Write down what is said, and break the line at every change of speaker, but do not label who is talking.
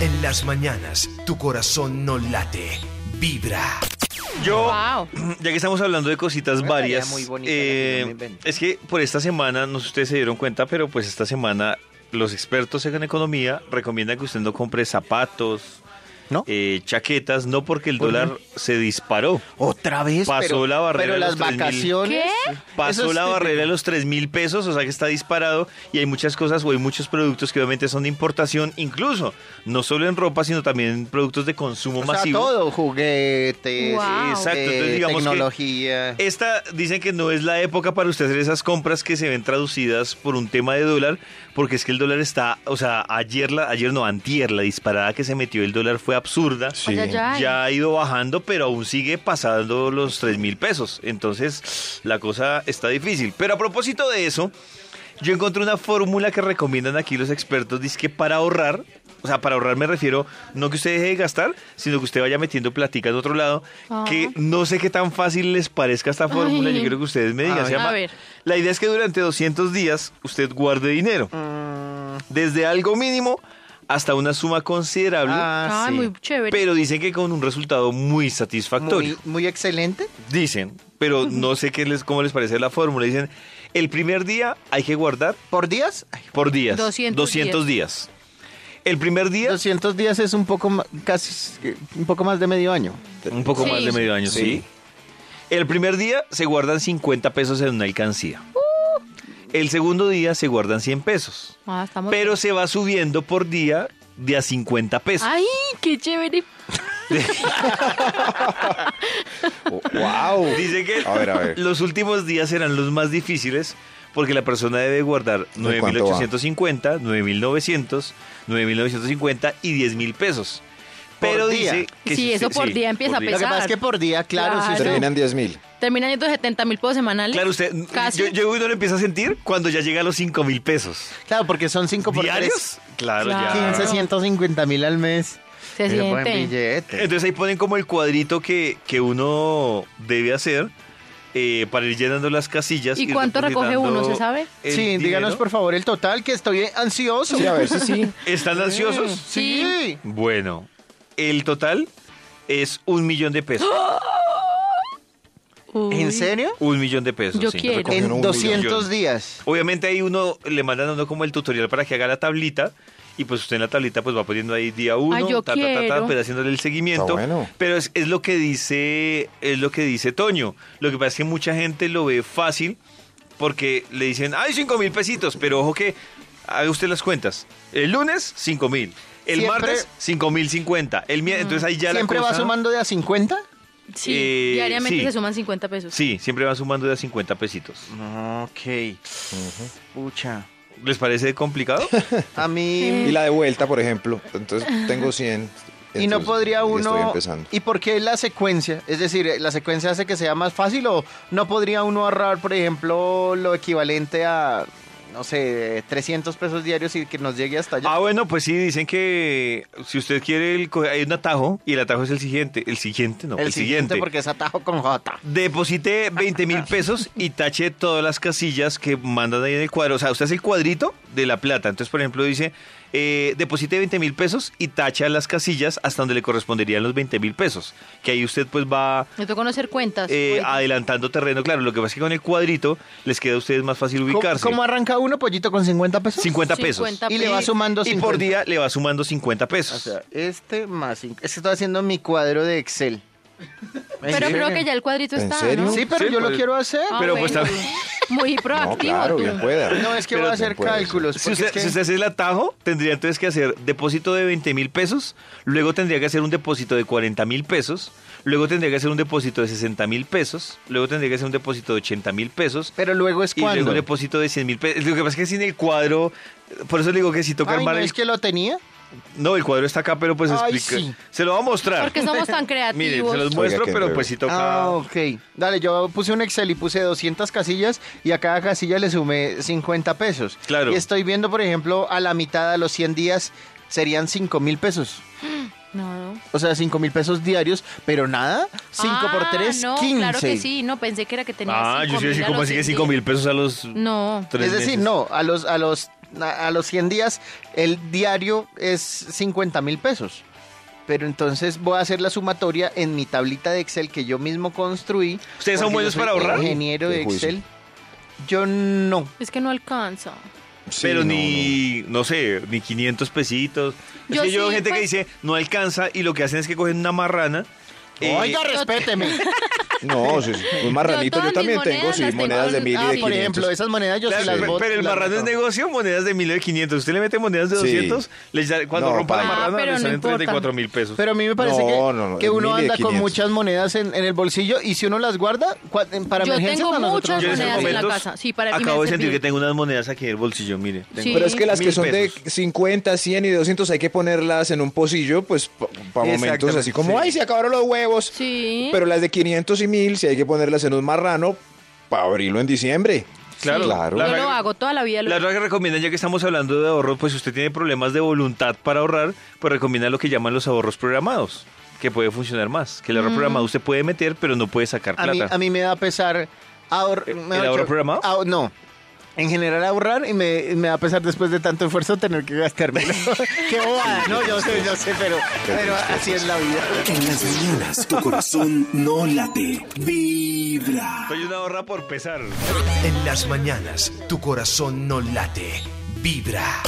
En las mañanas, tu corazón no late, vibra.
Yo,
Wow.
ya que estamos hablando de cositas
Una tarea
varias,
muy bonita,
eh,
la que no me invento.
es que por esta semana, no sé si ustedes se dieron cuenta, pero pues esta semana los expertos en economía recomiendan que usted no compre zapatos,
¿No?
eh, chaquetas, no porque el
¿Por qué?
dólar se disparó.
Otra vez.
Pasó
pero-
la barrera
Pero
de los
las
3.000.
¿Qué?
vacaciones.
Pasó
Eso es
la
típico.
barrera de los 3 mil pesos, o sea que está disparado y hay muchas cosas o hay muchos productos que obviamente son de importación, incluso no solo en ropa, sino también en productos de consumo
O sea,
masivo.
todo, juguetes,
Wow.
Exacto, entonces
eh,
digamos que-
tecnología.
Esta dicen que no es la época para usted hacer esas compras que se ven traducidas por un tema de dólar, porque es que el dólar está, o sea, ayer la, ayer no, antier la disparada que se metió el dólar fue absurda.
O sea, ya, hay.
Ya ha ido bajando, pero aún sigue pasando los 3 mil pesos. Entonces, la cosa está difícil. Pero a propósito de eso, yo encontré una fórmula que recomiendan aquí los expertos. Dice que para ahorrar, o sea, para ahorrar me refiero no que usted deje de gastar, sino que usted vaya metiendo platica en otro lado.
Ajá.
Que no sé qué tan fácil les parezca esta fórmula.
Ay.
Yo creo que ustedes me
A
digan.
ver.
Se llama-
A ver.
La idea es que durante 200 días usted guarde dinero. Mm, Desde algo mínimo hasta una suma considerable.
Ah,
Ay,
sí.
muy chévere.
Pero dicen que con un resultado muy satisfactorio.
muy, muy excelente.
Dicen, pero no sé qué les, cómo les parece la fórmula. Dicen, el primer día hay que guardar
¿Por días? Ay,
por días.
200
días. El primer día,
200 días es un poco ma- casi eh, un poco más de medio año.
un poco
Sí.
más de medio año, sí.
Sí.
El primer día se guardan 50 pesos en una alcancía.
Uh.
El segundo día se guardan 100 pesos.
Ah, estamos
Pero
bien.
se va subiendo por día de a 50 pesos.
¡Ay, qué chévere!
Oh, wow.
Dice que
A ver, a ver.
los últimos días serán los más difíciles porque la persona debe guardar
¿De cuánto va?
9.850, 9.900, 9.950 y 10.000 pesos.
Por
Pero
día.
dice que
Sí,
si
eso
usted-
por día empieza a
Lo que
pesar.
pasa es que por día, claro,
Claro.
si usted-
Terminan 10 mil.
Terminan estos 70 mil pesos semanales.
Claro, usted,
Casi.
yo, yo uno lo empieza a sentir cuando ya llega a los 5.000 pesos.
claro, porque son 5 por
¿Diarios?
3.
Claro, Eh,
Claro.
15,
ya.
150 mil al mes.
se
Pero buen
siente.
billete.
Entonces ahí ponen como el cuadrito que, que uno debe hacer eh, para ir llenando las casillas.
¿Y
ir
cuánto recoge
depositando
uno, se sabe?
el
Sí, díganos
dinero.
por favor el total, que estoy ansioso.
Sí, a ver si sí.
¿Están ansiosos?
Sí.
Bueno, el total es un millón de pesos.
¡Ah! Uy.
¿En serio?
Un millón de pesos.
Yo
sí.
quiero.
Recogieron
En
un
200 días.
Obviamente ahí uno le mandan a uno como el tutorial para que haga la tablita. Y pues usted en la tablita pues va poniendo ahí día uno,
Ay, yo
ta, ta, ta, ta,
quiero.
pues haciéndole el seguimiento.
Está bueno.
Pero es, es lo que dice, es lo que dice Toño. Lo que pasa es que mucha gente lo ve fácil porque le dicen, ay, cinco mil pesitos, pero ojo que haga usted las cuentas. El lunes, cinco mil. El
Siempre-
martes, cinco mil cincuenta. El miércoles, entonces ahí ya la
¿Siempre va
cosa-
sumando de a 50?
Sí,
eh,
diariamente
sí.
se suman 50 pesos.
Sí, siempre van sumando de a 50 pesitos.
Ok. Pucha.
¿Les parece complicado?
A mí...
Y la de vuelta, por ejemplo. Entonces tengo 100.
Y no
entonces,
podría
y
uno...
Estoy empezando.
¿Y por qué la secuencia? Es decir, ¿la secuencia hace que sea más fácil o no podría uno ahorrar, por ejemplo, lo equivalente a, no sé, 300 pesos diarios y que nos llegue hasta allá?
ah, bueno, pues sí, dicen que si usted quiere, el co- hay un atajo y el atajo es el siguiente. El siguiente, no, el, siguiente.
porque es atajo con J.
Deposite 20 mil pesos y tache todas las casillas que mandan ahí en el cuadro. O sea, usted hace el cuadrito de la plata. Entonces, por ejemplo, dice, eh, deposite 20 mil pesos y tacha las casillas hasta donde le corresponderían los 20 mil pesos. Que ahí usted pues va...
Necesito conocer cuentas.
eh,
Uy,
adelantando terreno, claro, lo que pasa es que con el cuadrito les queda a ustedes más fácil
¿Cómo,
ubicarse.
cómo arranca uno, pollito, con 50 pesos?
50 pesos.
50
Y le va sumando
Y
50.
por día le va sumando 50
O
pesos.
sea, este más 5. Es que estoy haciendo mi cuadro de Excel.
Pero creo que ya el cuadrito
¿En
está,
serio?
¿no?
Sí, pero
Sí,
yo
pues.
lo quiero hacer.
Ah,
Pero pues
bueno.
también-
Muy
No,
proactivo
claro,
tú.
bien pueda.
No, es que
Pero
voy a hacer
no puede ser.
cálculos.
Si
porque
usted,
es que-
si usted hace el atajo, tendría entonces que hacer depósito de 20 mil pesos, luego tendría que hacer un depósito de 40 mil pesos, luego tendría que hacer un depósito de 60 mil pesos, luego tendría que hacer un depósito de 80 mil pesos.
Pero luego es
Y luego
cuando.
un depósito de 100 mil pesos. Lo que pasa es que sin el cuadro, por eso le digo que si toca
Ay, ¿no
armar el...
es que lo tenía?
No, el cuadro está acá, pero pues
Ay,
explica.
sí.
Se lo va a mostrar.
Porque somos tan
Miren,
creativos.
se los
Oiga,
muestro,
qué
pero
breve.
pues si toca...
Ah, ok. Dale, yo puse un Excel y puse 200 casillas y a cada casilla le sumé 50 pesos.
Claro.
Y estoy viendo, por ejemplo, a la mitad a los 100 días serían 5 mil pesos.
No, no.
O sea, 5 mil pesos diarios, pero nada. 5 por
Ah,
3,
no,
15.
Claro que sí, no, pensé que era que tenía
Ah, yo
cinco
sí
mil
decir,
a
¿cómo
los
así que
100
5 mil pesos a los
días. No.
tres
es decir,
meses?
no, a los, a los a, a los 100 días, el diario es 50 mil pesos. Pero entonces voy a hacer la sumatoria en mi tablita de Excel que yo mismo construí.
¿Ustedes son
porque
buenos
yo soy
para ahorrar?
Ingeniero de
Qué juicio.
Excel. Yo no.
Es que no alcanza.
Sí,
Pero
no,
ni, no. sé, ni 500 pesitos. Es
Yo
que yo veo
sí,
gente que
pues-
dice, no alcanza, y lo que hacen es que cogen una marrana. eh,
Oiga, respéteme.
No, no, sí, sí, un marranito. Yo,
todas mis
también tengo,
monedas
sí,
las tengo
monedas de
en-
mil y
ah,
de
Por ejemplo,
500.
esas monedas yo
claro,
sí las
pero,
boto.
pero el
las
marrano es
boto.
negocio, monedas de 1.000 o de 500. Usted le mete monedas de
Sí.
200, le sale- cuando
No,
rompa la
pa-
marrana
Ah, pero
le
no
salen
importa.
34 mil pesos.
Pero a mí me parece
No,
que,
no, no,
que
es
uno
mil y de
anda con
500.
muchas monedas en, en el bolsillo y si uno las guarda, cua- en- para
Yo
emergencia
tengo
para nosotros
muchas
no
Yo en estos
tenemos.
monedas en la
momentos
casa, sí, para que me
acabo de
hace
sentir
frío.
que tengo unas monedas aquí en el bolsillo, mire. tengo.
Sí.
Pero es que las que
Mil
son
pesos.
de 50, 100 y 200 hay que ponerlas en un pocillo, pues para momentos
Exactamente,
así como,
sí.
¡ay, se acabaron los huevos!
Sí.
Pero las de 500 y 1000, si hay que ponerlas en un marrano, para abrirlo en diciembre.
Claro,
Claro.
la
yo
verdad-
lo hago toda la vida. lo-
La verdad que recomiendan, ya que estamos hablando de ahorro, pues si usted tiene problemas de voluntad para ahorrar, pues recomienda lo que llaman los ahorros programados, que puede funcionar más. Que el ahorro programado usted puede meter, pero no puede sacar
Mm. A mí,
plata. ¿E-,
a mí me da pesar ahor-
¿El-
mejor
el
dicho,
ahorro programado?
ahor- no. En general ahorrar y me, me da pesar después de tanto esfuerzo tener que gastármelo. Qué bobada, no, yo sé, yo sé, pero, pero así es la vida.
En las mañanas tu corazón no late, vibra.
Soy una ahorra por pesar.
En las mañanas, tu corazón no late, vibra.